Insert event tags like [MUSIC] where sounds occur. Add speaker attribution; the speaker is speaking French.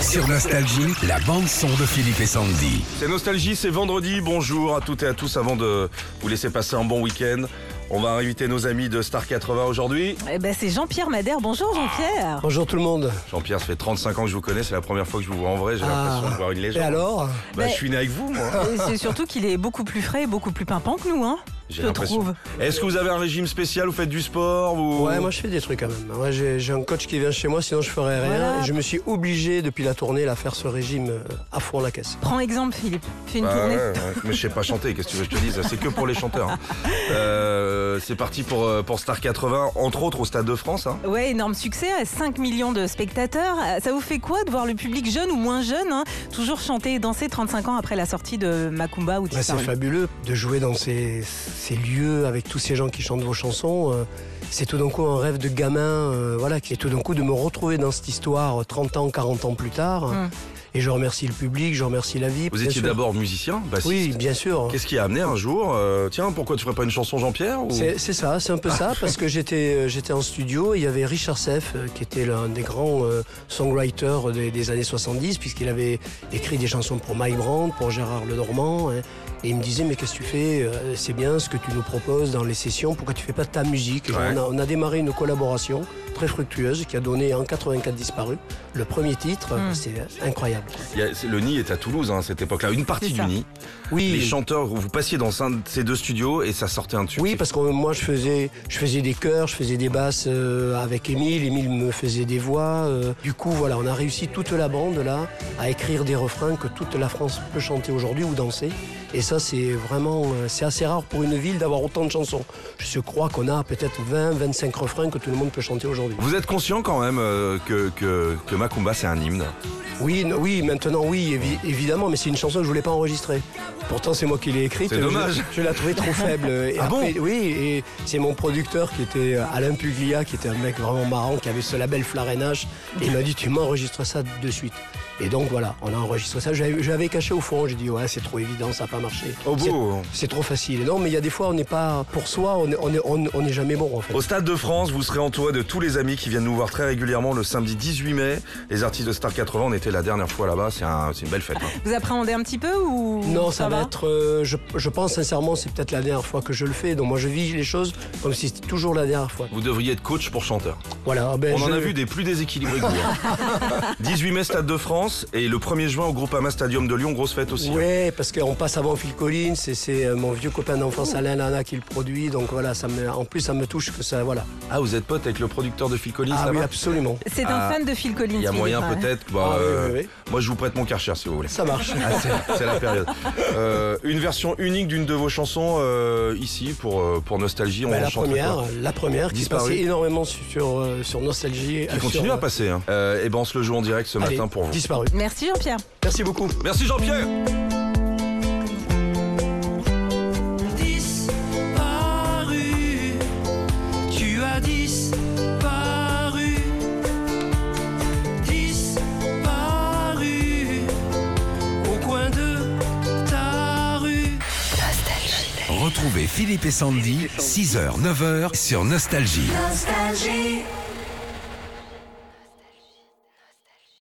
Speaker 1: Sur Nostalgie, la bande-son de Philippe et Sandy.
Speaker 2: C'est Nostalgie, c'est vendredi. Bonjour à toutes et à tous. Avant de vous laisser passer un bon week-end, on va inviter nos amis de Star 80 aujourd'hui.
Speaker 3: Eh ben, c'est Jean-Pierre Madère. Bonjour Jean-Pierre.
Speaker 4: Bonjour tout le monde.
Speaker 2: Jean-Pierre, ça fait 35 ans que je vous connais. C'est la première fois que je vous vois en vrai. J'ai
Speaker 4: Ah.
Speaker 2: l'impression de voir une
Speaker 4: Et
Speaker 2: légende.
Speaker 4: alors
Speaker 2: Bah,
Speaker 3: Mais-
Speaker 2: Je suis né avec vous, moi.
Speaker 3: Et C'est surtout qu'il est beaucoup plus frais et beaucoup plus pimpant que nous, hein.
Speaker 2: J'ai
Speaker 3: je
Speaker 2: l'impression.
Speaker 3: trouve.
Speaker 2: Est-ce que vous avez un régime spécial Vous faites du sport vous...
Speaker 4: Ouais, moi je fais des trucs quand même. Ouais, j'ai j'ai un coach qui vient chez moi, sinon je ferais rien.
Speaker 3: Voilà.
Speaker 4: Et je me suis obligé depuis la tournée à faire ce régime euh, à fond la caisse.
Speaker 3: Prends exemple Philippe. Fais une
Speaker 2: Bah
Speaker 3: tournée.
Speaker 2: ouais, ouais. Mais je sais pas chanter, qu'est-ce que tu veux que je te dise C'est que pour les chanteurs. hein. Euh, c'est parti pour, euh, pour Star 80, entre autres au Stade de France. hein.
Speaker 3: Ouais, énorme succès, 5 millions de spectateurs. Euh, Ça vous fait quoi de voir le public jeune ou moins jeune, hein, toujours chanter et danser 35 ans après la sortie de Macumba ou
Speaker 4: Bah, c'est
Speaker 3: Disparu
Speaker 4: fabuleux de jouer dans ces, ces lieux avec tous ces gens qui chantent vos chansons. euh, C'est tout d'un coup un rêve de gamin, euh, voilà, qui est tout d'un coup de me retrouver dans cette histoire euh, 30 ans, 40 ans plus tard.
Speaker 3: Mm.
Speaker 4: Et je remercie le public, je remercie la vie.
Speaker 2: Hum. Vous
Speaker 4: bien
Speaker 2: étiez
Speaker 4: sûr.
Speaker 2: d'abord musicien, bassiste.
Speaker 4: Oui, bien sûr.
Speaker 2: Qu'est-ce qui a amené un jour euh, Tiens, pourquoi tu ferais pas une chanson Jean-Pierre ou-
Speaker 4: C'est c'est ça, c'est un peu ça, parce que j'étais euh, j'étais en studio, et il y avait Richard Seff, euh, qui était l'un des grands euh, songwriters des, des années 70, puisqu'il avait écrit des chansons pour Mike Brandt, pour Gérard Lenormand, hein. et il me disait, mais qu'est-ce que tu fais Euh, C'est bien ce que tu nous proposes dans les sessions, pourquoi tu fais pas ta musique Et
Speaker 2: Ouais.
Speaker 4: on, a, on a démarré une collaboration très fructueuse qui a donné en 84 disparu le premier titre,
Speaker 3: Mm.
Speaker 4: c'est euh, incroyable.
Speaker 2: Il y a- c'est- le nid est à Toulouse hein, à cette époque-là, une partie
Speaker 3: C'est
Speaker 2: du
Speaker 3: ça.
Speaker 2: nid.
Speaker 4: Oui,
Speaker 2: Les chanteurs, vous passiez dans un de ces deux studios et ça sortait un tube.
Speaker 4: Oui, parce que moi, je faisais, je faisais des chœurs, je faisais des basses euh, avec Émile, Émile me faisait des voix. euh. du coup, voilà, on a réussi toute la bande, là, à écrire des refrains que toute la France peut chanter aujourd'hui ou danser. Et ça, c'est vraiment, euh, c'est assez rare pour une ville d'avoir autant de chansons. Je crois qu'on a peut-être 20, 25 refrains que tout le monde peut chanter aujourd'hui.
Speaker 2: Vous êtes conscient quand même euh, que, que, que Macumba c'est un hymne.
Speaker 4: Oui, n- oui, maintenant, oui, évi- évidemment, mais c'est une chanson que je voulais pas enregistrer. Pourtant, c'est moi qui l'ai écrite.
Speaker 2: C'est
Speaker 4: Je-
Speaker 2: dommage.
Speaker 4: Je, la
Speaker 2: [LAUGHS]
Speaker 4: trouvais trop faible. euh, Et
Speaker 2: Ah
Speaker 4: après- Oui, et c'est mon producteur qui était euh, Alain Puglia, qui était un mec vraiment marrant, qui avait ce label Flarenage. Et il m'a dit, tu m'enregistres ça de suite. Et donc voilà, on a enregistré ça. J'avais j'avais caché au fond. J'ai dit, ouais, c'est trop évident, ça n'a pas marché.
Speaker 2: Au
Speaker 4: C'est-
Speaker 2: beau.
Speaker 4: C'est trop facile. Non, mais il y a des fois, on n'est pas. Pour soi, on n'est on est, on- on est jamais bon, en fait.
Speaker 2: Au Stade de France, vous serez entouré de tous les amis qui viennent nous voir très régulièrement le samedi 18 mai. Les artistes de Star 80, on était la dernière fois là-bas, c'est un- c'est une belle fête. hein.
Speaker 3: Vous appréhendez un petit peu ou
Speaker 4: Non, ça, va, être. euh, je, je pense sincèrement, c'est peut-être la dernière fois que je le fais. Donc moi, je vis les choses comme si c'était toujours la dernière fois.
Speaker 2: Vous devriez être coach pour chanteur.
Speaker 4: Voilà. Ben,
Speaker 2: On en
Speaker 4: je-
Speaker 2: a vu des plus déséquilibrés que vous.
Speaker 4: [LAUGHS]
Speaker 2: hein. 18 mai, Stade de France, et le 1er juin au Groupama Stadium de Lyon, grosse fête aussi. hein.
Speaker 4: Ouais, parce qu'on passe avant Phil Collins et c'est euh, mon vieux copain d'enfance Alain Lana qui le produit. Donc voilà, ça me, en plus ça me touche que ça, voilà.
Speaker 2: Ah, vous êtes pote avec le producteur de Phil Collins
Speaker 4: Ah oui,
Speaker 2: là-bas
Speaker 4: absolument.
Speaker 3: C'est un
Speaker 2: Ah,
Speaker 3: fan de Phil Collins.
Speaker 2: Il y a
Speaker 3: Philippe,
Speaker 2: moyen
Speaker 3: hein.
Speaker 2: peut-être. bah,
Speaker 4: Ah oui,
Speaker 2: euh,
Speaker 4: oui, oui.
Speaker 2: Moi, je vous prête mon Karcher si vous voulez. [LAUGHS]
Speaker 4: Ça marche. Ben,
Speaker 2: Ah, c'est- c'est la période. Euh, une version unique d'une de vos chansons euh, ici pour, euh, pour Nostalgie. On
Speaker 4: Ben, la
Speaker 2: chante
Speaker 4: première,
Speaker 2: quoi
Speaker 4: la première qui
Speaker 2: Disparu.
Speaker 4: passait énormément su- sur, euh, sur Nostalgie.
Speaker 2: Qui continue à passer. Hein. Euh, et ben, on se le joue en direct ce matin pour vous.
Speaker 4: Disparu.
Speaker 3: Merci Jean-Pierre.
Speaker 4: Merci beaucoup.
Speaker 2: Merci Jean-Pierre
Speaker 5: disparu. Tu as disparu. Disparu. Au coin de ta rue.
Speaker 1: Retrouvez Philippe et Sandy, 6h, 9h sur Nostalgie.
Speaker 6: Nostalgie.